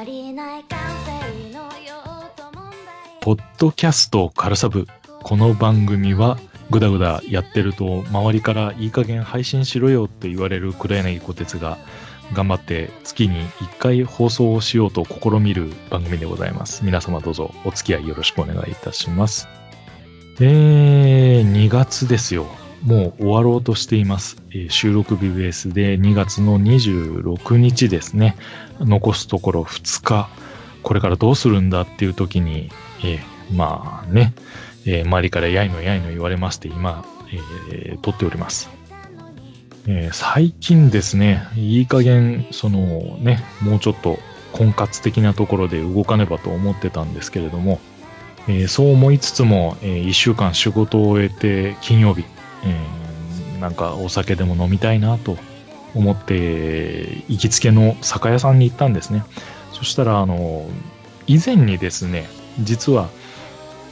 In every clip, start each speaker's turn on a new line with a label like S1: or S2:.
S1: 足りないカフェインの用途問
S2: ポッドキャストカルサブ。
S1: 題
S2: この番組は、ぐだぐだやってると、周りからいい加減配信しろよって言われる黒柳小鉄が、頑張って月に1回放送をしようと試みる番組でございます。皆様どうぞお付き合いよろしくお願いいたします。えー、2月ですよ。もう終わろうとしています。えー収録日ベースで2月の26日ですね。残すところ2日。これからどうするんだっていう時に、えーまあね、えー周りからやいのやいの言われまして、今、えー撮っております。えー最近ですね、いい加減、そのね、もうちょっと婚活的なところで動かねばと思ってたんですけれども、えーそう思いつつも、え1週間仕事を終えて金曜日、えーなんかお酒でも飲みたいなと思って、行きつけの酒屋さんに行ったんですね。そしたら、あの、以前にですね、実は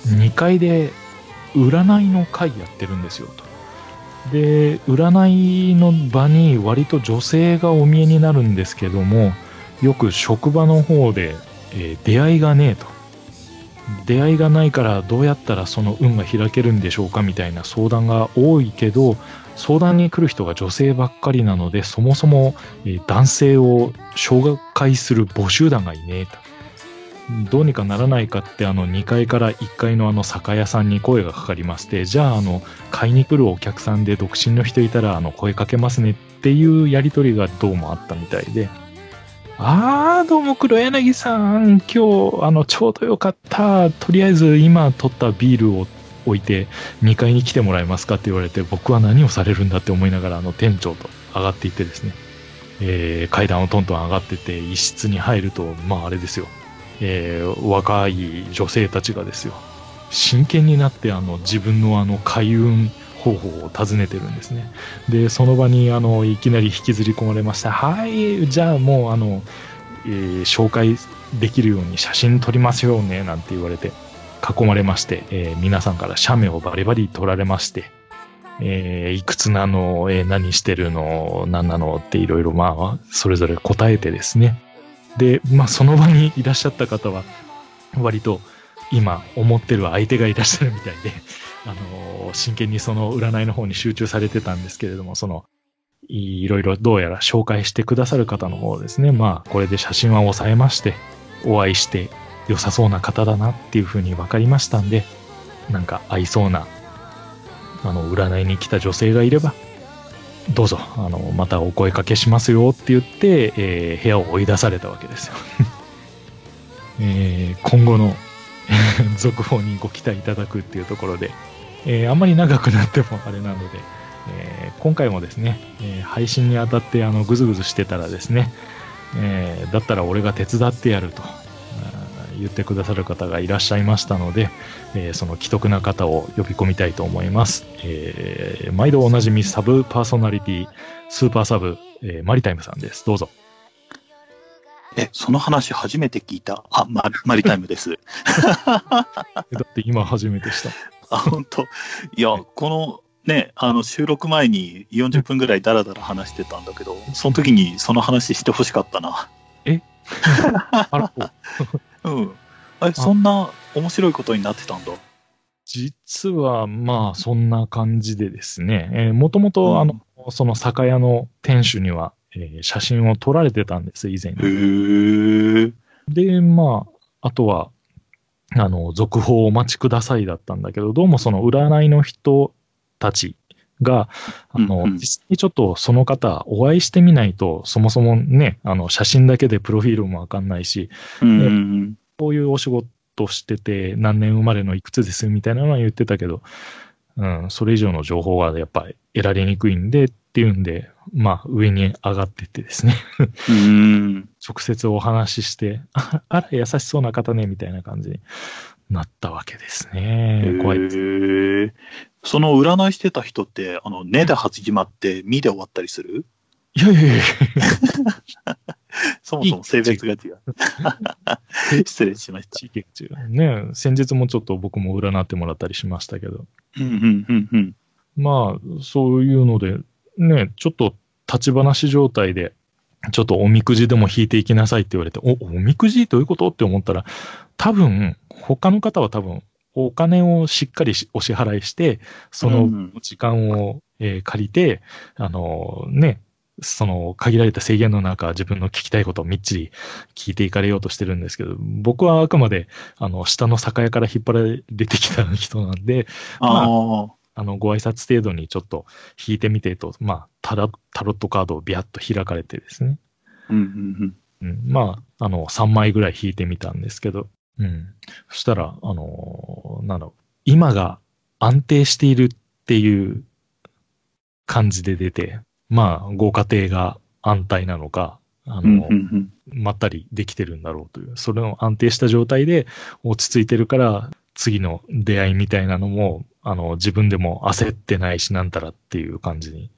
S2: 2階で占いの会やってるんですよと。で、占いの場に割と女性がお見えになるんですけども、よく職場の方で、えー出会いがねえと。出会いがないからどうやったらその運が開けるんでしょうかみたいな相談が多いけど、相談に来る人が女性ばっかりなので、そもそも、えー男性を紹介する募集団がいねえと。どうにかならないかってあの2階から1階のあの酒屋さんに声がかかりましてじゃああの買いに来るお客さんで独身の人いたらあの声かけますねっていうやり取りがどうもあったみたいであーどうも黒柳さん今日あのちょうどよかったとりあえず今取ったビールを置いて2階に来てもらえますかって言われて僕は何をされるんだって思いながらあの店長と上がっていってですね、えー階段をトントン上がってって一室に入るとまああれですよえー若い女性たちがですよ真剣になってあの自分のあの開運方法を尋ねてるんですねでその場にあのいきなり引きずり込まれましたはいじゃあもうあの、えー紹介できるように写真撮りますよねなんて言われて囲まれまして、えー皆さんから写メをバリバリ撮られましてえーいくつなの、えー何してるの何なのっていろいろまあそれぞれ答えてですねで、まあ、その場にいらっしゃった方は、割と今思ってる相手がいらっしゃるみたいで、 あのー真剣にその占いの方に集中されてたんですけれども、その、いいろいろどうやら紹介してくださる方の方ですね、まあ、これで写真は抑えまして、お会いして良さそうな方だなっていうふうに分かりましたんで、なんか合いそうな、あの、占いに来た女性がいれば、どうぞ、あの、またお声かけしますよって言って、えー部屋を追い出されたわけですよ。えー今後の 続報にご期待いただくっていうところで、えーあんまり長くなってもあれなので、えー今回もですね、えー配信にあたってあのぐずぐずしてたらですね、えーだったら俺が手伝ってやるとあー言ってくださる方がいらっしゃいましたので、えーその既得な方を呼び込みたいと思います。えー毎度おなじみサブパーソナリティ、スーパーサブ、えーマリタイムさんです。どうぞ。
S3: え、その話初めて聞いた。あ、ママリタイ ムです。
S2: だって今初めてした。
S3: あ、本当いや、この、ね、あの、収録前に40分ぐらいダラダラ話してたんだけど、その時にその話してほしかったな。
S2: あら、お
S3: うん。え、そんな面白いことになってたんだ。
S2: 実はまあそんな感じでですね、えー、もともとあの、その酒屋の店主には、えー写真を撮られてたんです、以前に
S3: へ。ー。
S2: で、まあ、あとは、あの、続報をお待ちくださいだったんだけど、どうもその占いの人たちが、あの、
S3: うんうん
S2: 実際にちょっとその方、お会いしてみないと、そもそもね、あの、写真だけでプロフィールもわかんないし、
S3: うん。
S2: こういうお仕事してて、何年生まれのいくつですみたいなのは言ってたけど、うん、それ以上の情報はやっぱり得られにくいんでっていうんで、まあ、上に上がってってですね。
S3: うん。
S2: 直接お話しして、ああら、優しそうな方ね、みたいな感じになったわけですね。怖いです。
S3: へーその占いしてた人って、あの、ねで始まって、みで終わったりする
S2: いやいやいやいや
S3: そもそも性別が違う。 失礼しました。
S2: 地域が違うね先日もちょっと僕も占ってもらったりしましたけど。
S3: うんうんうんうん。
S2: まあ、そういうので、ね、ちょっと立ち話状態で、ちょっとおみくじでも引いていきなさいって言われて、お、おみくじどういうことって思ったら、多分、他の方は多分、お金をしっかりしお支払いして、その
S3: うん
S2: 時間を、えー借りて、あのね、その限られた制限の中、自分の聞きたいことをみっちり聞いていかれようとしてるんですけど、僕はあくまで、あの、下の酒屋から引っ張られてきた人なんで、
S3: ああ、
S2: あの、ご挨拶程度にちょっと引いてみてと、まあ、タラタロットカードをビャッと開かれてですね。
S3: うんうん
S2: うん、まあ、あの、3枚ぐらい引いてみたんですけど、うん。そしたら、あのーなんだろう、今が安定しているっていう感じで出て、まあ、ご家庭が安泰なのか、あ
S3: うん。うん
S2: の、
S3: うんうん
S2: まったりできてるんだろうという、それの安定した状態で落ち着いてるから、次の出会いみたいなのも、あの、自分でも焦ってないし、なんたらっていう感じに。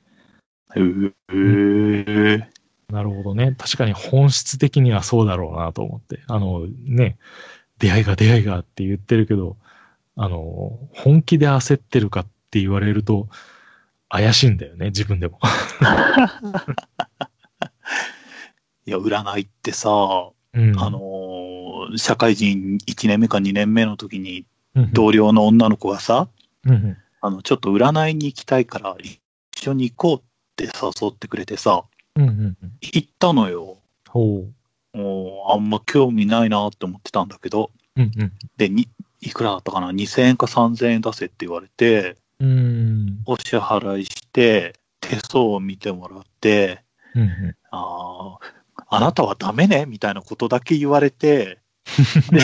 S3: うー
S2: なるほどね。確かに本質的にはそうだろうなと思って。あの、ね、出会いが出会いがって言ってるけど、あの、本気で焦ってるかって言われると、怪しいんだよね、自分でも。
S3: いや、占いってさ、あ
S2: うん、
S3: のー社会人1年目か2年目の時に
S2: うん、
S3: 同僚の女の子がさ、
S2: うんうん、
S3: あの、ちょっと占いに行きたいから一緒に行こうって誘ってくれてさ、
S2: うんうんうん。
S3: 行ったのよ。
S2: ほう。
S3: もう、あんま興味ないなって思ってたんだけど、
S2: うんうん。
S3: で、に、いくらだったかな ?2000 円か3000円出せって言われて、
S2: うん。
S3: お支払いして、手相を見てもらって、
S2: うんうん
S3: あーあなたはダメねみたいなことだけ言われて、で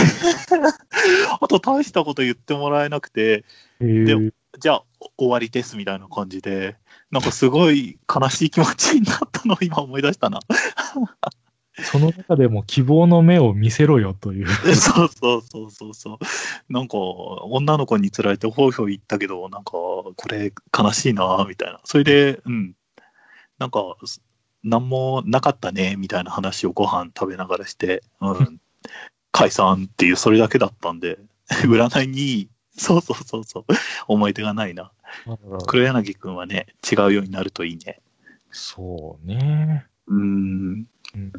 S3: あと大したこと言ってもらえなくて、
S2: へー
S3: でじゃあお終わりですみたいな感じで、なんかすごい悲しい気持ちになったのを今思い出したな。
S2: その中でも希望の目を見せろよという。
S3: で そうそうそうそうそう。なんか女の子につられてほいほい言ったけど、なんかこれ悲しいなみたいな。それで、うん。なんか、すなんもなかったねみたいな話をご飯食べながらして、 うん。解散っていう、それだけだったんで、 占いに、そうそうそうそう、思い出がないな。黒柳くんはね、違うようになるといいね。
S2: そうね。
S3: うん。
S2: うん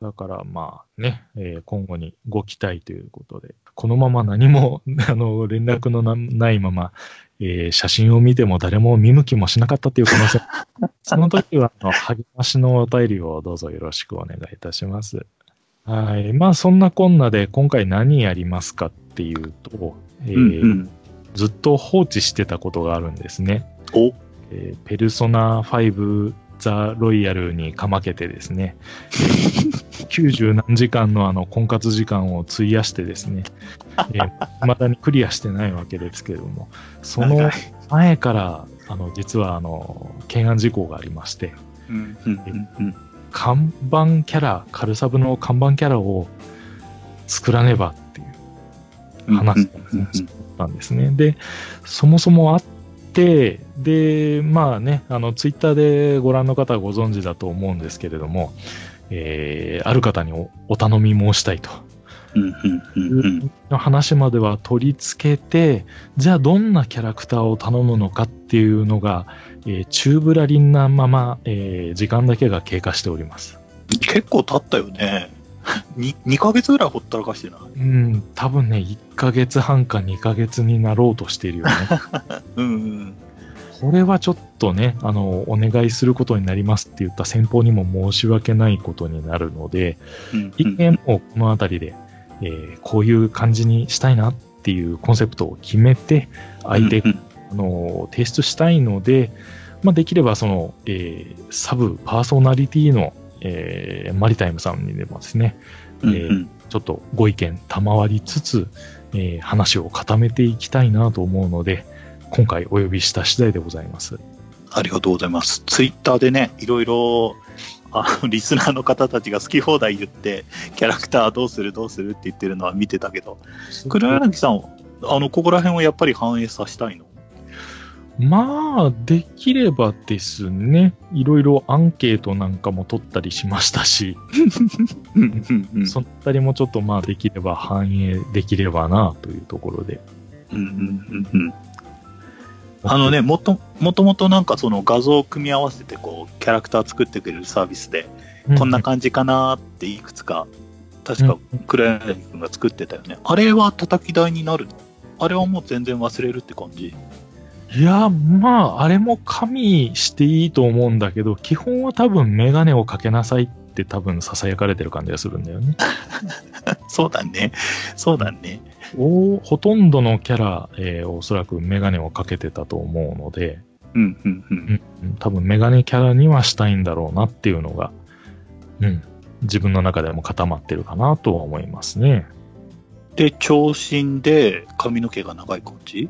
S2: だからまあね、えー今後にご期待ということで、このまま何も あの連絡のなないまま、えー写真を見ても誰も見向きもしなかったという可能性 その時はあの励ましのお便りをどうぞよろしくお願いいたします。はい。まあそんなこんなで今回何やりますかっていうと、えー
S3: うんうん。
S2: ずっと放置してたことがあるんですね。
S3: お
S2: えーペルソナ5ザ・ロイヤルにかまけてですね、 えー90何時間のあの婚活時間を費やしてですね、えー、未だにクリアしてないわけですけれども、その
S3: 長い
S2: 前から、あの、実はあの、懸案事項がありまして、
S3: うんうんうんうん。
S2: 看板キャラ、カルサブの看板キャラを作らねばっていう話
S3: うんうんうんうん
S2: なんですね。で、そもそもあって、で、まあね、あの、ツイッターでご覧の方はご存知だと思うんですけれども、えーある方におお頼み申したいと。
S3: うんうんうんうん。
S2: の話までは取り付けて、じゃあどんなキャラクターを頼むのかっていうのが、えー宙ぶらりんなまま、えー時間だけが経過しております。
S3: 結構経ったよね。 に2ヶ月ぐらいほったらかしてない。
S2: うん、多分ね、1ヶ月半か2ヶ月になろうとしているよね。
S3: うんうん。
S2: これはちょっとね、あの、お願いすることになりますって言った先方にも申し訳ないことになるので、
S3: うん
S2: 一見もうこのあたりで、えーこういう感じにしたいなっていうコンセプトを決めて、相手、
S3: うん
S2: あの、提出したいので、まあ、できればその、えーサブパーソナリティの、えーマリタイムさんにでもですね、
S3: うん
S2: えーちょっとご意見賜りつつ、えー話を固めていきたいなと思うので、今回お呼びした次第でございます。
S3: ありがとうございます。ツイッターでね、いろいろ、あの、リスナーの方たちが好き放題言って、キャラクターどうするどうするって言ってるのは見てたけど、黒柳さん、あの、ここら辺はやっぱり反映させたいの
S2: まあ、できればですね、いろいろアンケートなんかも取ったりしましたし、
S3: うんうんうん
S2: そのあたりもちょっとまあ、できれば反映できればなというところで。
S3: うんうんうんうんあのね、もと、もともとなんかその画像を組み合わせてこう、キャラクター作ってくれるサービスで、
S2: う、
S3: こんな感じかなっていくつか、確か黒柳君が作ってたよね。あれは叩き台になるのあれはもう全然忘れるって感じ。
S2: いや、まあ、あれも加味していいと思うんだけど、基本は多分メガネをかけなさいって多分囁かれてる感じがするんだ よね。
S3: そうだね。そうだね。
S2: おほとんどのキャラ、えーおそらくメガネをかけてたと思うので、
S3: うんうんうん。
S2: うん多分メガネキャラにはしたいんだろうなっていうのが、うん、自分の中でも固まってるかなとは思いますね。
S3: で、長身で髪の毛が長い感じ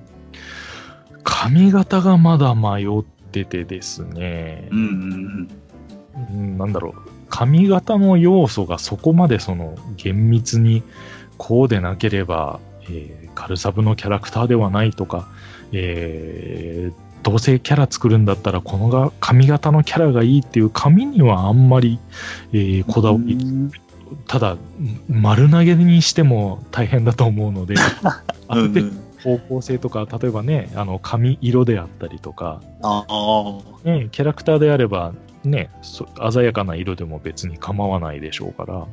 S2: 髪型がまだ迷っててですね
S3: う、んうん
S2: うんなんだろう、髪型の要素がそこまでその厳密にこうでなければ、えーカルサブのキャラクターではないとか、えーどうせキャラ作るんだったらこのが髪型のキャラがいいっていう髪にはあんまり、えー
S3: うん。
S2: こだわり、
S3: うん
S2: ただ丸投げにしても大変だと思うのであ る
S3: うんう
S2: 程
S3: ん。
S2: 度方向性とか例えばねあの髪色であったりとか、
S3: ああ。
S2: ね、キャラクターであれば、ね、そ鮮やかな色でも別に構わないでしょうから、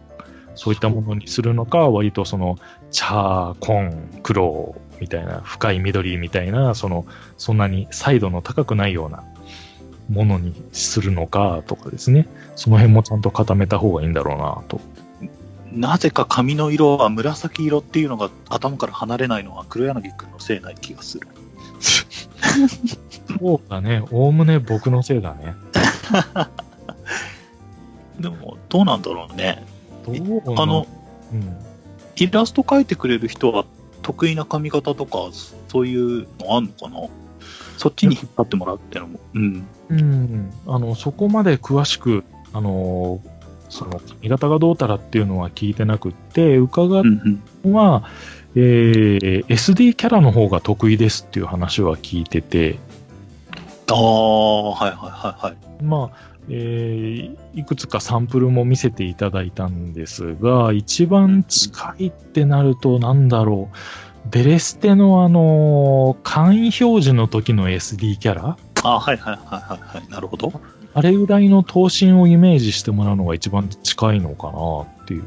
S2: そういったものにするのか、割とその、茶、紺、黒みたいな、深い緑みたいな、その、そんなに彩度の高くないようなものにするのかとかですね、その辺もちゃんと固めた方がいいんだろうなと。
S3: なぜか髪の色は紫色っていうのが頭から離れないのは黒柳くんのせいない気がする。
S2: そうだね、おおむね僕のせいだね。
S3: でも、どうなんだろうね。
S2: どう
S3: あの、、
S2: うん、
S3: イラスト描いてくれる人は得意な髪型とか、そういうのあんのかなそっちに引っ張ってもらうってのも。うん。
S2: うん、あのそこまで詳しく、あのその髪型がどうたらっていうのは聞いてなくって、伺っ
S3: うんうん。
S2: たのは、えー SD キャラの方が得意ですっていう話は聞いてて、
S3: ああ、はいはいはいはい。
S2: まあえーいくつかサンプルも見せていただいたんですが、一番近いってなると、なんだろう、デレステの、あの簡易表示の時の SD キャラ
S3: あはいはいはいはいはい。なるほど。
S2: あれぐらいの頭身をイメージしてもらうのが一番近いのかなっていう。
S3: う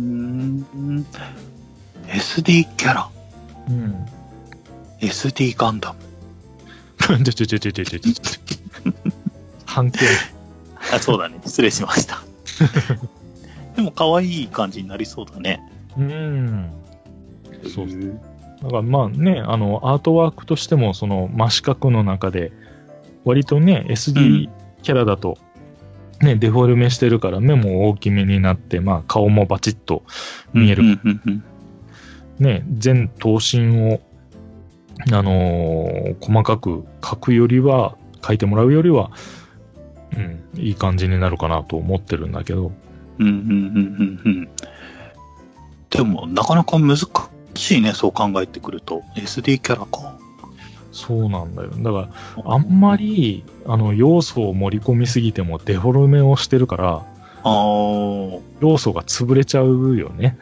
S3: ーん。SD キャラ。
S2: うん。
S3: SD ガンダム。
S2: ちょちょちょちょちょちょちょ。 反響。
S3: あ、そうだね。失礼しました。 でも、可愛い感じになりそうだね。
S2: うん。そう
S3: うん。
S2: だからまあね、あの、アートワークとしても、その真四角の中で、割とね、
S3: うん
S2: SD キャラだと、ね、デフォルメしてるから目も大きめになって、まあ顔もバチッと見える
S3: うんうんうん
S2: ね、全頭身を、あのー細かく書くよりは、書いてもらうよりは、うん、いい感じになるかなと思ってるんだけど、
S3: うんうんうんうんうんでも、なかなか難しいね、そう考えてくると。SD キャラか。
S2: そうなんだよ。だから、あんま。り、あの、要素を盛り込みすぎてもデフォルメをしてるから、
S3: ああ、
S2: 要素が潰れちゃうよね。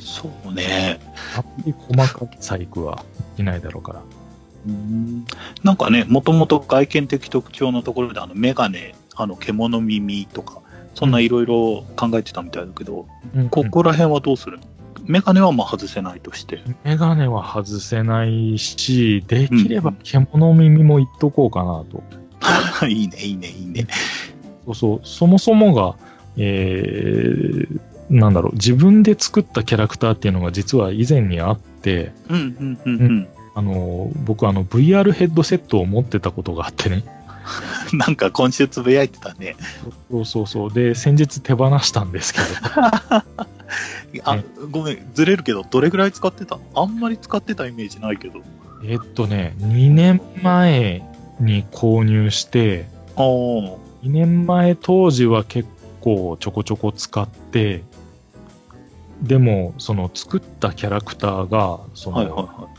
S3: そうね。
S2: あんまり細かい細工はできないだろうから。
S3: うんなんかね、もともと外見的特徴のところで、あの、メガネ、あの、獣耳とか、そんないろいろ考えてたみたいだけど、
S2: うん
S3: ここら辺はどうするのメガネはまあ外せないとして。
S2: メガネは外せないし、できれば獣耳もいっとこうかなと。
S3: いいね、いいね、いいね。
S2: そうそう、そもそもが、えー、なんだろう、自分で作ったキャラクターっていうのが実は以前にあって、
S3: うん、うん、うん、
S2: あの、僕あの VR ヘッドセットを持ってたことがあってね。
S3: うん。なんか今週つぶやいてたね。
S2: そうそうそう。で、先日手放したん ですけど、
S3: あ
S2: ね、
S3: ごめん、ずれるけど、どれぐらい使ってたのあんまり使ってたイメージないけど。
S2: えっとね、2年前に購入して、
S3: ああ、
S2: 2年前当時は結構ちょこちょこ使って、でも、その作ったキャラクターが、その、
S3: はいはいは
S2: か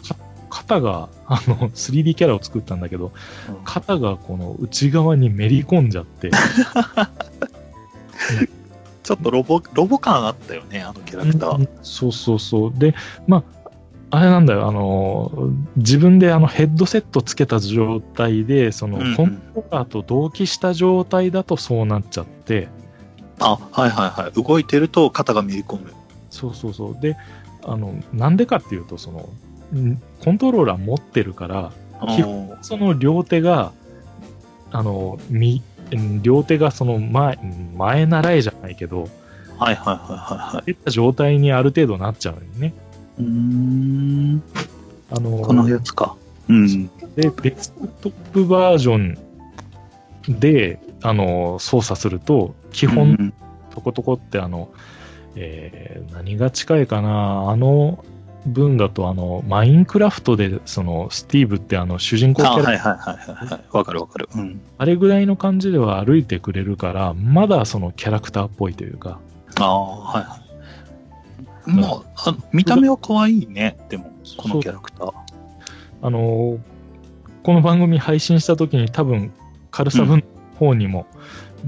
S2: 肩が、あの、3D キャラを作ったんだけど、
S3: うん
S2: 肩がこの内側にめり込んじゃって、
S3: ちょっとロボ、ロボ感あったよね、あのキャラクター。
S2: うんそうそうそう。で、まあ、あれなんだよ、あの、自分であのヘッドセットつけた状態で、その
S3: うんうん
S2: コントローラーと同期した状態だとそうなっちゃって、
S3: あ、はいはいはい。動いてると肩が見え込む。
S2: そうそうそう。で、あの、なんでかっていうと、その、んコントローラー持ってるから、基
S3: 本
S2: その両手が、あの、み、ん両手がその前、ん前習いじゃないけど、
S3: はいはいはいはいは
S2: 出た状態にある程度なっちゃうよね。
S3: い。うーん。
S2: あの、
S3: このやつか。うん。
S2: で、デスクトップバージョンで、あの、操作すると、基
S3: う
S2: 本、
S3: ん
S2: トコトコって、あの、えー何が近いかな、あの分だと、あの、マインクラフトで、その、スティーブって、あの、主人公キ
S3: あ、
S2: ャ
S3: はい
S2: ラ、
S3: はいはいはいはい。わかるわかる。うん。
S2: あれぐらいの感じでは歩いてくれるから、まだそのキャラクターっぽいというか、
S3: ああ、はいはい。まあ、あ見た目は可愛いね、でも、このキャラクター。
S2: あの、この番組配信した時に多分、軽さ分の方にも、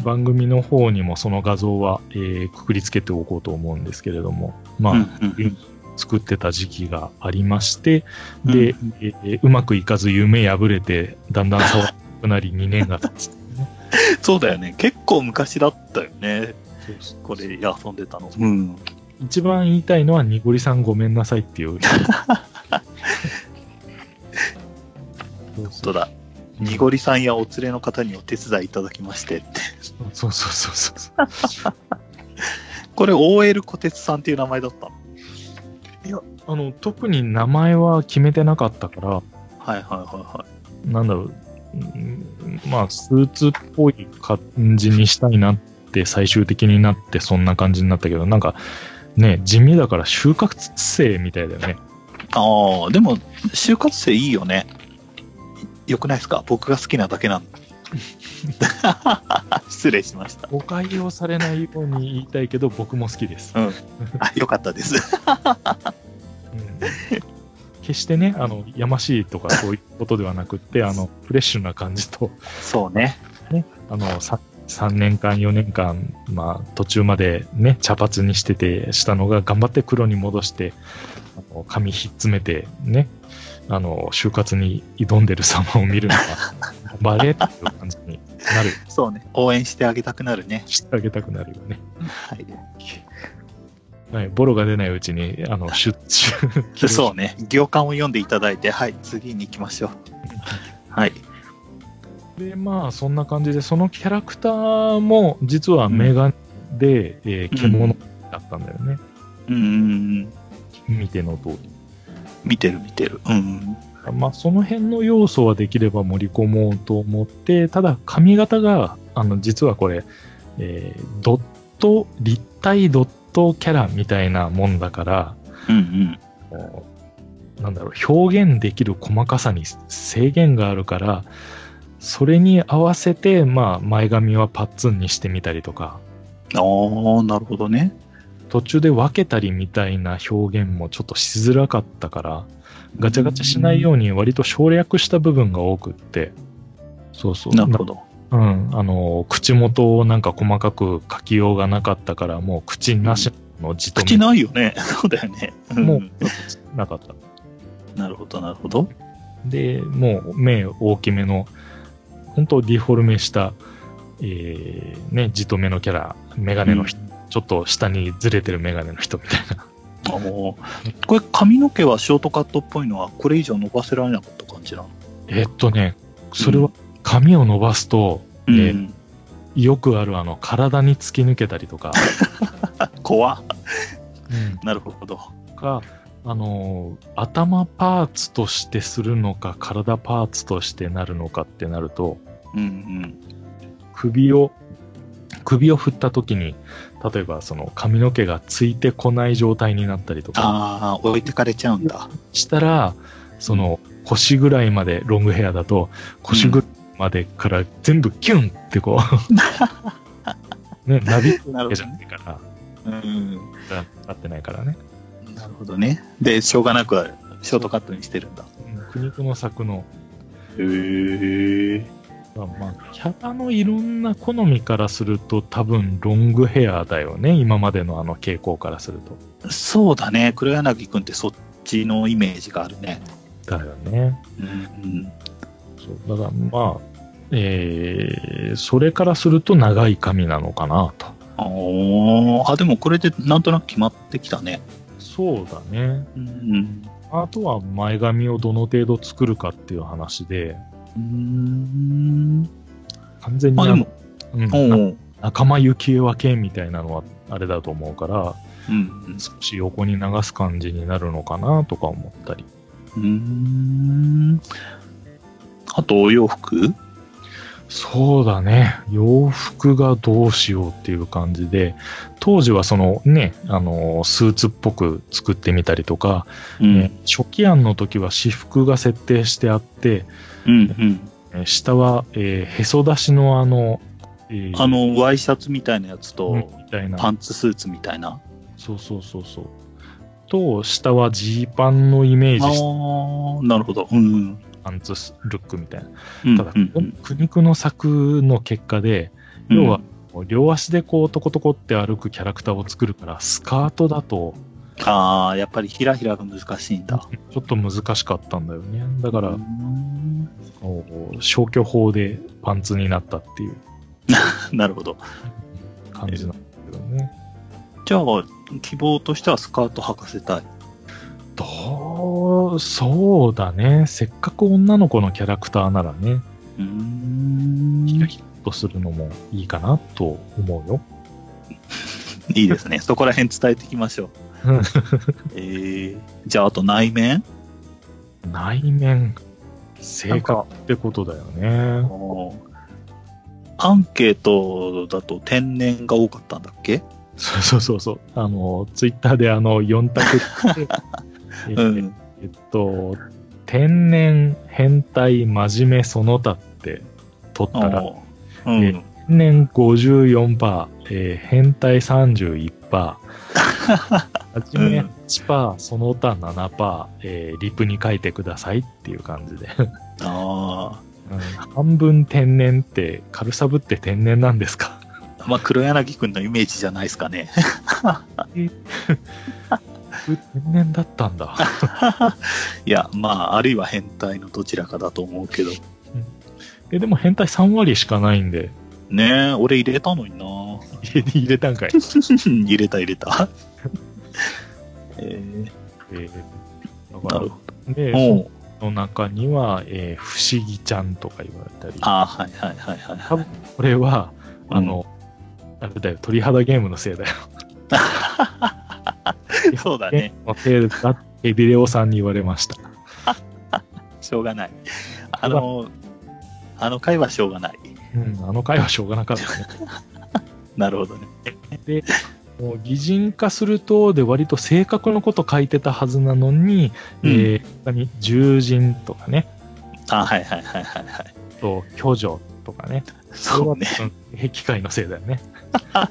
S2: 番組の方にもその画像は、えーくくりつけておこうと思うんですけれども、まあ、
S3: うんうん
S2: 作ってた時期がありまして、
S3: うん
S2: で、
S3: うん
S2: えーうまくいかず夢破れて、だんだん触らなくなり2年が経つ。
S3: そうだよね。結構昔だったよね。 これ遊んでたの。うん。
S2: 一番言いたいのは、にごりさんごめんなさいって いう。そう
S3: そうだ。にごりさんやお連れの方にお手伝いいただきましてって。
S2: そうそうそうそうそう。
S3: これ OL 小鉄さんっていう名前だったの
S2: あの特に名前は決めてなかったから、
S3: はいはいはいはい。
S2: なんだろう、うんまあ、スーツっぽい感じにしたいなって、最終的になって、そんな感じになったけど、なんか、ね、地味だから就活生みたいだよね。
S3: ああ、でも、就活生いいよね。いよくないですか僕が好きなだ けなんだ。失礼しました。
S2: 誤解をされないように言いたいけど、僕も好きです。
S3: あ、よかったです。
S2: うん決してね、あの、やましいとかそういうことではなくって、あの、フレッシュな感じと、
S3: そうね。
S2: あの、3, 年間、4年間、まあ、途中までね、茶髪にしてて、したのが、頑張って黒に戻して、あの髪ひっつめて、ね、あの、就活に挑んでる様を見るのが、バレーっていう感じになる、
S3: そうね。応援してあげたくなるね。
S2: してあげたくなるよね。
S3: はい。
S2: はい、ボロが出ないうちに、あの、出中。
S3: そうね。行間を読んでいただいて、はい、次に行きましょう。はい。
S2: でまあそんな感じでそのキャラクターも実はメガネで、えー着物だったんだよね、
S3: うんうんうん。
S2: 見ての通り
S3: 見てる見てる。うん
S2: まあその辺の要素はできれば盛り込もうと思ってただ髪型があの実はこれ、えードット立体ドットキャラみたいなもんだから
S3: うん。うん
S2: こうなんだろう表現できる細かさに制限があるからそれに合わせて、まあ、前髪はパッツンにしてみたりとか
S3: うん。ああ、なるほどね。
S2: 途中で分けたりみたいな表現もちょっとしづらかったからガチャガチャしないように割と省略した部分が多くってそうそう
S3: なるほど。
S2: なうんあの口元をなんか細かく書きようがなかったからもう口なしの字と
S3: 口ないよね。そうだよね。うん
S2: もうなかった
S3: なるほど、なるほど。
S2: でもう目大きめの本当ディフォルメしたえーね、じとめのキャラ、メガネの人、ちょっと下にずれてるメガネの人みたいな。
S3: あのこれ髪の毛はショートカットっぽいのはこれ以上伸ばせられなかった感じなの、
S2: えーっとね、それは髪を伸ばすと、
S3: うん
S2: えーよくあるあの体に突き抜けたりとか、
S3: 怖っなるほど
S2: かあのー頭パーツとしてするのか体パーツとしてなるのかってなると
S3: うん
S2: 首を首を振った時に例えばその髪の毛がついてこない状態になったりとか
S3: ああ置いてかれちゃうんだ
S2: したらその腰ぐらいまでロングヘアだと腰ぐらいまでから全部キュンってこう、ね、なびくわ
S3: なる
S2: けじ
S3: ほど
S2: ゃないから。
S3: うん
S2: なってないからね。
S3: なるほどねでしょうがなくショートカットにしてるんだ
S2: うん苦肉の策の、
S3: へえ。
S2: まあまあ、キャラのいろんな好みからすると多分ロングヘアだよね今までのあの傾向からすると
S3: そうだね。黒柳くんってそっちのイメージがあるね。
S2: だよね
S3: うんうん。
S2: そうだからまあえー、それからすると長い髪なのかなと
S3: おーあ、でもこれでなんとなく決まってきたね。
S2: そうだね
S3: うん
S2: あとは前髪をどの程度作るかっていう話で
S3: うん。うーん。
S2: 完全に
S3: まあ
S2: あ
S3: で
S2: の
S3: も、
S2: うん
S3: おー
S2: 仲間由紀恵分けみたいなのはあれだと思うから
S3: うん
S2: 少し横に流す感じになるのかなとか思ったり
S3: うん。うーん。あと、お洋服
S2: そうだね洋服がどうしようっていう感じで当時はそのねあのスーツっぽく作ってみたりとか、え
S3: う
S2: ー。初期案の時は私服が設定してあって
S3: うんうん。
S2: えー下は、えーへそ出しのあの、えー
S3: あの、ワイシャツみたいなやつ
S2: うん
S3: と、
S2: みたいな
S3: パンツスーツみたいな。
S2: そうそうそうそうと下はジーパンのイメー
S3: あ
S2: ジした
S3: あ、なるほど。うん。
S2: パンツスルックみたいな
S3: うん
S2: ただ、
S3: うんうん
S2: 苦肉の策の結果で、要は、両足でこう、トコトコって歩くキャラクターを作るから、スカートだと、
S3: ああ、やっぱりひらひらが難しいんだ。
S2: ちょっと難しかったんだよね。だから、
S3: うん
S2: こう消去法でパンツになったっていう
S3: なるほど。
S2: 感じなんだけどね。
S3: じゃあ、希望としてはスカート履かせたい。
S2: どう、そうだね。せっかく女の子のキャラクターならね、
S3: うーん。
S2: キラキラっとするのもいいかなと思うよ。
S3: いいですね。そこら辺伝えていきましょ
S2: うん
S3: う。えー、じゃあ、あと内面
S2: 内面、
S3: な
S2: 性
S3: ん
S2: 格
S3: か
S2: ってことだよね。
S3: おーアンケートだと天然が多かったんだっけ
S2: そうそうそうそう。あの、ツイッターであの、4択って、え
S3: うん。
S2: えっと、天然、変態、真面目、その他って取ったら、
S3: おーう
S2: え
S3: ん。
S2: 天然54%、えー変態31%、真 面目8%、その他7%、えーリプに書いてくださいっていう感じで。
S3: ああ。
S2: うん半分天然って、軽さぶって天然なんですか
S3: まあ、黒柳くんのイメージじゃないですかね。
S2: 天然だったんだ。
S3: いや、まあ、あるいは変態のどちらかだと思うけど。
S2: え、でも変態3割しかないんで、
S3: ねえ、俺入れたのにな
S2: 入れ入れたんかい。
S3: 入れた入れた。 えー、
S2: えー、
S3: なるほ
S2: ど。で、
S3: ど。おう
S2: その中には、えー不思議ちゃんとか言われたり、
S3: ああ、はいはいはいはい
S2: 多
S3: は
S2: 分これは、
S3: うん
S2: あの、あれだよ、鳥肌ゲームのせいだよ。
S3: い。そうだ
S2: ゲ
S3: ね。
S2: ームのせいだってビデオさんに言われました。
S3: しょうが ない。あの、あの回はしょうがない。
S2: うん、あの回はしょうがなか ったね。
S3: なるほどね。
S2: で、もう擬人化すると、で、割と性格のこと書いてたはずなのに、
S3: うん
S2: えー他に獣人とかね、
S3: あはいはいはいはいはい。
S2: あと巨女とかね、
S3: そうね。
S2: これは。うん壁界のせいだよね。うん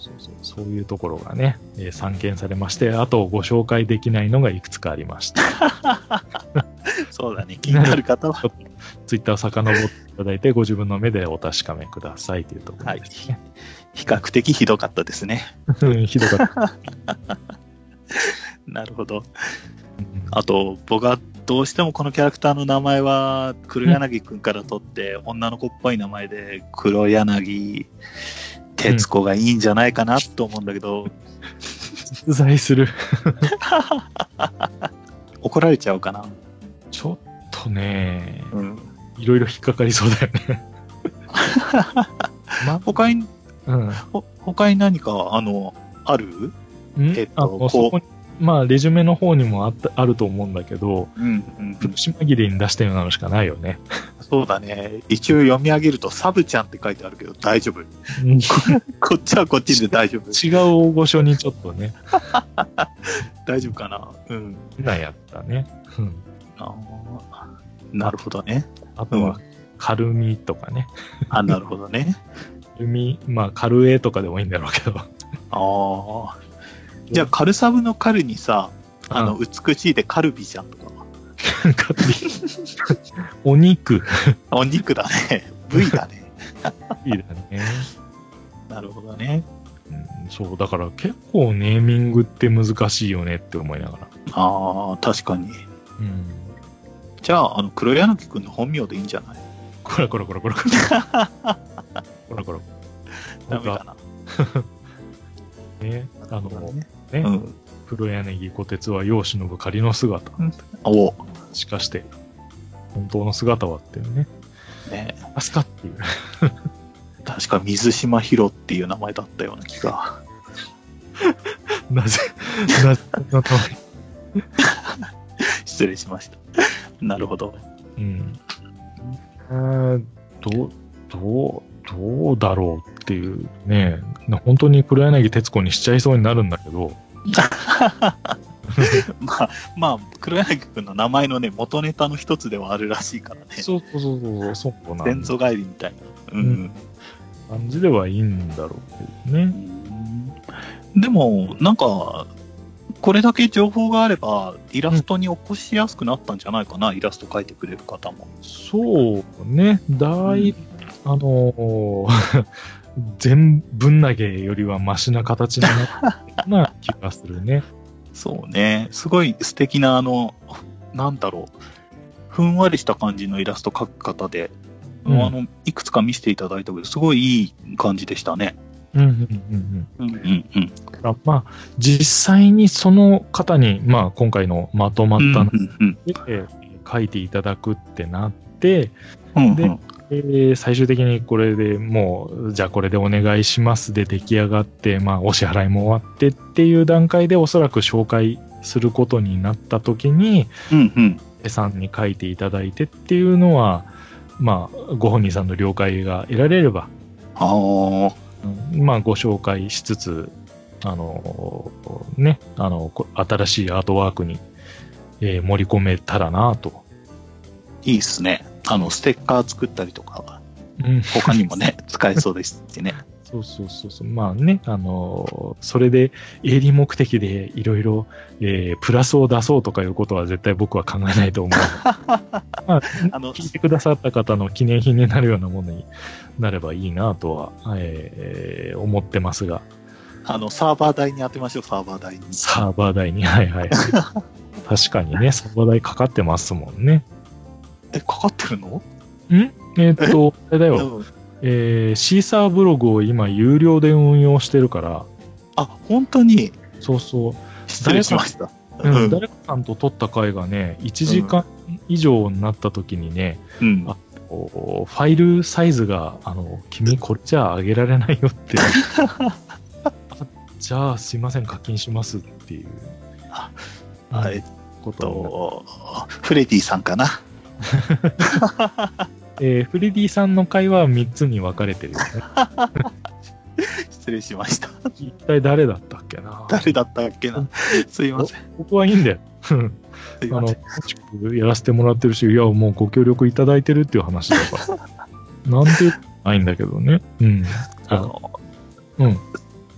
S2: そうそうそういうところがね、えー散見されまして、あとご紹介できないのがいくつかありました。
S3: そうだね。気になる方は。
S2: ツイッターを遡っていただいて、ご自分の目でお確かめくださいというところですね。
S3: 比較的ひどかったですね。
S2: うんひどかった。
S3: なるほど。
S2: うん
S3: あと、僕はどうしてもこのキャラクターの名前は、黒柳くんから取って、女の子っぽい名前で、黒柳徹子がいいんじゃないかなと思うんだけど、
S2: 実在する。
S3: 怒られちゃうかな。
S2: ちょっとね、
S3: うん。
S2: いろいろ引っかかりそうだよ ね。ま
S3: 他に、
S2: うん。
S3: ほ他に何か、あの、ある
S2: ん
S3: えっと
S2: あの
S3: こう
S2: そこにまあ、レジュメの方にもあったあると思うんだけど、
S3: うん、うん
S2: 苦し紛れに出したようなのしかないよね。
S3: そうだね。一応読み上げると、サブちゃんって書いてあるけど、大丈夫。
S2: うん
S3: こっちはこっちで大丈夫。
S2: 違う大御所にちょっとね、
S3: 大丈夫かな。うん。
S2: なんやったね。うん
S3: あーなるほどね。
S2: あとは、カルミとかね。
S3: あ、なるほどね。
S2: カルミ、まあ、カルエとかでもいいんだろうけど。
S3: ああ。じゃあ、カルサブのカルにさ、あの、
S2: う
S3: 美しいでカルビじゃんとか。
S2: なんか、お肉。
S3: お肉だね。部位だね。
S2: いいだね。
S3: なるほどね。
S2: うんそう、だから結構ネーミングって難しいよねって思いながら。
S3: ああ、確かに。
S2: うん。
S3: じゃあ、あの、黒柳くんの本名でいいんじゃない
S2: こらこらこらこら。こらこら。
S3: ダメかな。
S2: なんかね、あ
S3: なるほ
S2: の
S3: ど、ね
S2: ね、
S3: うん。
S2: 黒柳小鉄は世を忍ぶ仮の姿。
S3: おう
S2: しかして、本当の姿はっていうね。
S3: ね。
S2: あすかっていう。
S3: 確か水島ヒロっていう名前だったような気 が。
S2: なぜ、なぜ、なぜ、
S3: 失礼しました。なるほど。
S2: うん。えーどう、どう、どうだろうっていうね、な本当に黒柳徹子にしちゃいそうになるんだけど、
S3: まあ、まあ、黒柳くんの名前のね、元ネタの一つではあるらしいからね。
S2: そうそうそうそう、そうな
S3: 先祖返りみたいな。うん。
S2: 感じではいいんだろうけどね。
S3: でも、なんか、これだけ情報があれば、イラストに起こしやすくなったんじゃないかな、イラスト描いてくれる方も。
S2: そうね、だい、あのー 全分投げよりはマシな形になったな気がするね。
S3: そうね、すごい素敵な、あの、なんだろう、ふんわりした感じのイラスト描く方で、
S2: うん
S3: あのいくつか見せていただいたけど、すごいいい感じでしたね。
S2: うんうんうんうん。
S3: うんうんうん。
S2: だからまあ、実際にその方に、まあ今回のまとまった
S3: うんうん
S2: で、えー書いていただくってなって、
S3: うんうんう
S2: で
S3: ん
S2: えー最終的にこれでもう、じゃあこれでお願いしますで出来上がって、まあ、お支払いも終わってっていう段階でおそらく紹介することになった時に、
S3: うんうん。
S2: 絵さんに書いていただいてっていうのは、まあ、ご本人さんの了解が得られれば、
S3: ああ、
S2: うんまあ、ご紹介しつつ、あの、ね、あの、こ新しいアートワークに、えー盛り込めたらなと。
S3: いいっすね。あの、ステッカー作ったりとか、
S2: うん
S3: 他にも ね、使えそうですしね。
S2: そうそうそうそう。まあね、あのーそれで営利目的でいろいろ、えープラスを出そうとかいうことは絶対僕は考えないと 思う。まあ、
S3: あの、
S2: 聞いてくださった方の記念品になるようなものになればいいなとは、えー思ってますが、
S3: あの、サーバー代に当てましょう、サーバー代に。
S2: サーバー代に、はいはい。確かにね、サーバー代かかってますもんね。
S3: え、かかってるの
S2: んえーっ と、あれだよ、
S3: うん
S2: えーシーサーブログを今有料で運用してるから、
S3: あ、本当に
S2: そうそう、
S3: 失礼しました。
S2: うん
S3: うん
S2: 誰かさんと撮った回がね、1時間以上になった時にね、
S3: うん
S2: あこうファイルサイズが、あの、君これじゃあ上げられないよ って。あじゃあすいません、課金しますっていう。
S3: あ
S2: うん
S3: はいえっ
S2: ことを
S3: と、フレディさんかな。
S2: えーフレディさんの回は3つに分かれてるよ ね。
S3: 失礼しま した。
S2: 一体誰だったっけな。
S3: 誰だったっけな。すいません。
S2: 僕はいいんだよ。 うん
S3: すい
S2: あ
S3: ま
S2: の、
S3: せん。
S2: 楽しくやらせてもらってるし、いや、もうご協力いただいてるっていう話だから。 なんてないんだけどね。うん。
S3: あの、
S2: うん。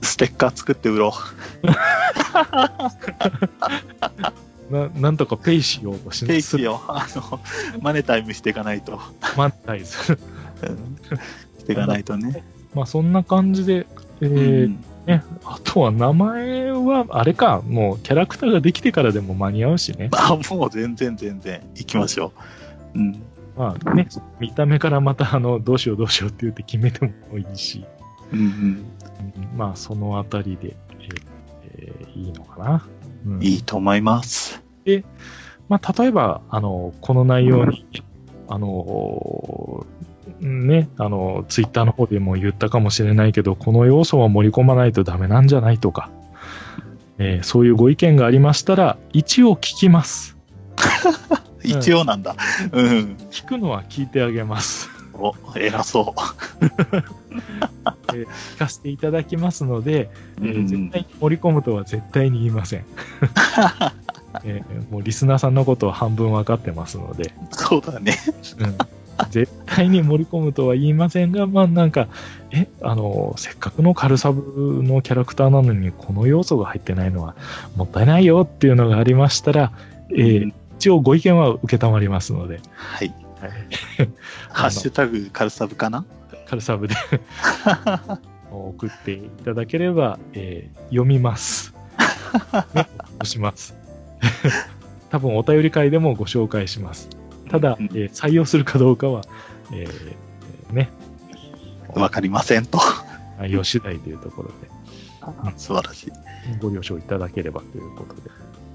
S3: ステッカー作って売ろ
S2: ななんとかペイしようとし
S3: う。
S2: な
S3: 定
S2: い
S3: 期を、あの、マネタイムしていかないと。
S2: またいする
S3: うんしていかないとね。
S2: まあそんな感じで、えー
S3: うん
S2: あとは名前は、あれか、もうキャラクターができてからでも間に合うしね。
S3: あ、もう全然全然行きましょう。うん。
S2: まあね、見た目からまたあの、どうしようどうしようって言って決めてもいいし、
S3: うんうん
S2: うんまあそのあたりで、えーえーいいのかな。うん
S3: いいと思います。
S2: まあ、例えば、あの、この内容に、あの、ね、あの、ツイッターの方でも言ったかもしれないけど、この要素は盛り込まないとダメなんじゃないとか、えーそういうご意見がありましたら、一応聞きます。ん
S3: 一応なんだ。うん。
S2: 聞くのは聞いてあげます。
S3: お、偉そ
S2: 聞かせていただきますので、え
S3: う。
S2: ー
S3: うん
S2: 絶対に盛り込むとは絶対に言いません。 えーもうリスナーさんのことを半分分かってますので、
S3: そうだね。
S2: うん絶対に盛り込むとは言いませんが、まあなんか、え、あの、せっかくのカルサブのキャラクターなのにこの要素が入ってないのはもったいないよっていうのがありましたら、えー
S3: うん
S2: 一応ご意見は受けたまりますので、
S3: はい。ハッシュタグカルサブかな
S2: カルサブで 送っていただければ、えー読みます。ね押します。 多分お便り会でもご紹介します。ただ、
S3: うん
S2: えー採用するかどうかは、えーね、
S3: わかりませんと。
S2: 内容次第というところで、
S3: 素晴らしい。
S2: ご了承いただければということで。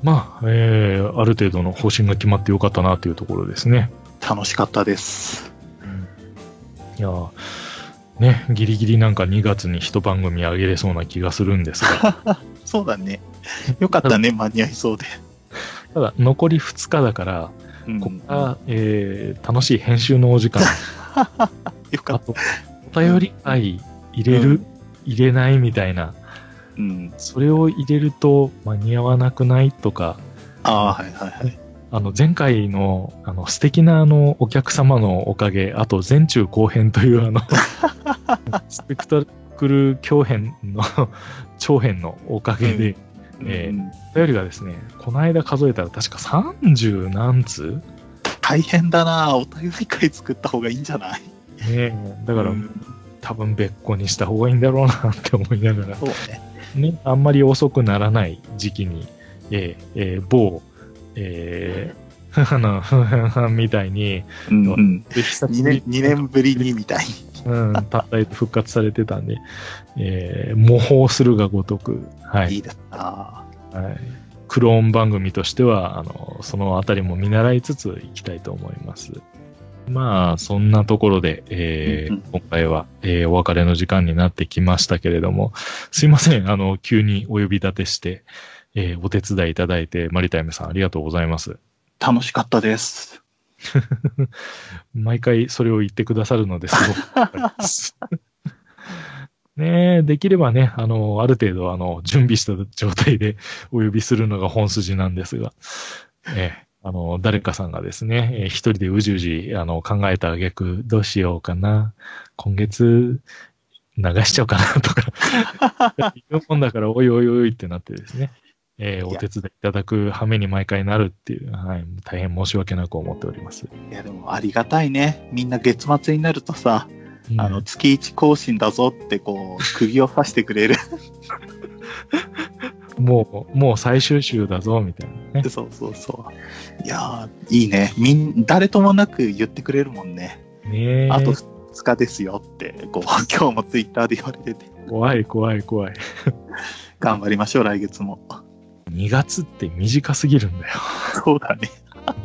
S2: まあ、えーある程度の方針が決まってよかったなというところですね。
S3: 楽しかったです。
S2: いやーね、ギリギリなんか2月に一番組上げれそうな気がするんですが、
S3: そうだね。よかったね、間に合いそうで。
S2: ただ残り2日だから、
S3: うん
S2: ここから、えー楽しい編集のお時間、
S3: よか
S2: あ
S3: っ
S2: と、お便り愛入れる、
S3: うん
S2: 入れないみたいな、
S3: た。うん。
S2: それを入れると間に合わなくないとか、
S3: ああー、はいはいはい。
S2: あの、前回の、あの、素敵な、あの、お客様のおかげ、あと、前中後編という、あの、スペクタクル強編の、長編のおかげで、えー
S3: うん
S2: お便りがですね、この間数えたら確か30何通
S3: 大変だな。お互い会作った方がいいんじゃない
S2: ねだから、
S3: うん
S2: 多分別個にした方がいいんだろうなって思いながら、
S3: そうね。
S2: ね、あんまり遅くならない時期に、えーえー某、えー、あの、ふんふんふんみたいに、
S3: うんうん。
S2: 久
S3: 2年、二年ぶりにみたいに。
S2: うん、たった復活されてたんで、 えー模倣するがごとく、はいい、
S3: いですな。
S2: はい。クローン番組としては、あの、そのあたりも見習いつついきたいと思います。まあ、そんなところで、えー
S3: うんうん
S2: 今回は、えーお別れの時間になってきましたけれども、すいません、あの、急にお呼び立てして、えーお手伝いいただいて、マリタイムさんありがとうございます。
S3: 楽しかったです。
S2: 毎回それを言ってくださるのですごく助かります。 ねえ、できればね、あの、ある程度、あの、準備した状態でお呼びするのが本筋なんですが、ええ、あの、誰かさんがですね、ええ一人でうじうじ、あの、考えた挙句、どうしようかな、今月、流しちゃおうかな、とか、 言うもんだから、おいおいおいおいってなってですね、ええ、お手伝いいただく羽目に毎回なるっていう、はい、大変申し訳なく思っております。
S3: いや、でもありがたいね。みんな月末になるとさ、
S2: うん
S3: あの、月1更新だぞって、こう、釘を刺してくれる。
S2: もう、もう最終週だぞ、みたいなね。
S3: そうそうそう。いやー、いいね。みん、誰ともなく言ってくれるもんね。
S2: ねえ。
S3: あと2日ですよって、こう、 今日もツイッターで言われてて、
S2: 怖い怖い怖い。
S3: 頑張りましょう、来月も。
S2: 2月って短すぎるんだよ。
S3: そうだね。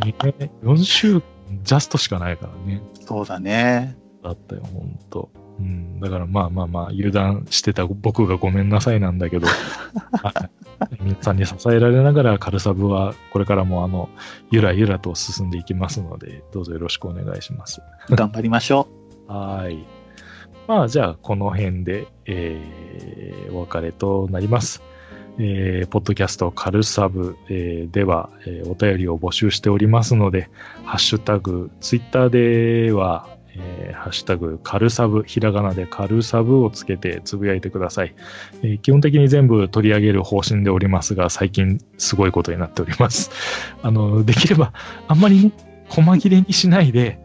S2: ねえ、4週ジャストしかないからね。
S3: そうだね。
S2: だったよ、ほんと。うん、だからまあまあまあ、油断してた僕がごめんなさいなんだ けど、はい皆さんに支えられながら、カルサブはこれからもあの、ゆらゆらと進んでいきますので、どうぞよろしくお願いします。
S3: 頑張りましょ
S2: はい。まあ、じゃあ、この辺で、えーお別れとなります。えーポッドキャストカルサブ、えーでは、えーお便りを募集しておりますので、ハッシュタグ、ツイッターでは、えーハッシュタグ、カルサブ、ひらがなでカルサブをつけてつぶやいてください、えー基本的に全部取り上げる方針でおりますが、最近すごいことになっております。あの、できれば、あんまりね、細切れにしないで、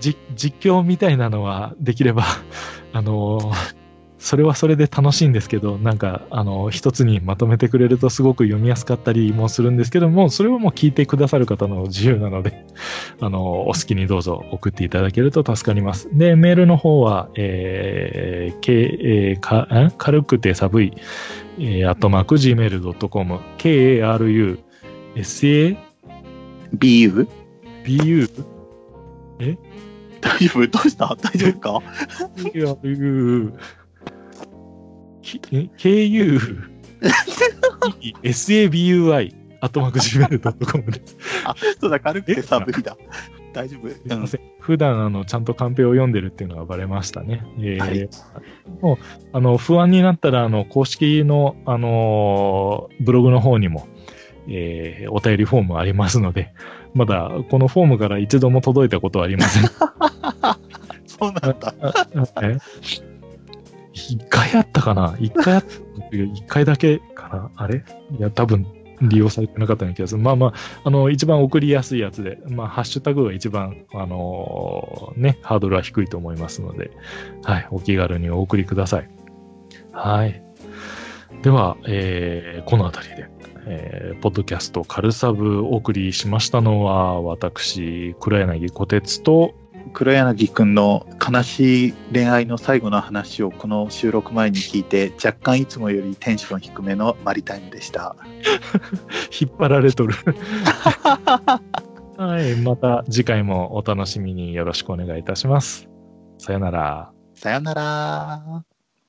S2: じ実況みたいなのはできれば、 あのーそれはそれで楽しいんですけど、なんか、あのー一つにまとめてくれるとすごく読みやすかったりもするんですけども、それはもう聞いてくださる方の自由なので、 あのーお好きにどうぞ送っていただけると助かります。で、メールの方は、えー、けえーかん軽くて寒い、えー、アットマーク gmail.com、karu, sa,
S3: う。BU?
S2: bu,
S3: 大丈夫どうした大丈夫か
S2: KU KU SABUI アットマーク Gmail.com です。
S3: あ、そうだ、軽くて寒いだ。大丈夫
S2: すい
S3: うん
S2: ま。せん。普段、あの、ちゃんとカンペを読んでるっていうのがバレましたね。えー
S3: はい
S2: もう、あの、不安になったら、あの、公式の、あのーブログの方にも、えーお便りフォームありますので、まだ、このフォームから一度も届いたことはありません。
S3: そうなんだ。
S2: え一回あったかな一回あった一回だけかなあれいや、多分、利用されてなかったような気がする。まあまあ、あの、一番送りやすいやつで、まあ、ハッシュタグが一番、あのーね、ハードルは低いと思いますので、はい、お気軽にお送りください。はい。では、えーこの辺りで、えーポッドキャストカルサブお送りしましたのは、私、黒柳小鉄と、
S3: 黒柳くんの悲しい恋愛の最後の話をこの収録前に聞いて若干いつもよりテンション低めのマリタイムでした。
S2: 引っ張られとる。はい、また次回もお楽しみによろしくお願いいたします。さよなら。
S3: さよなら。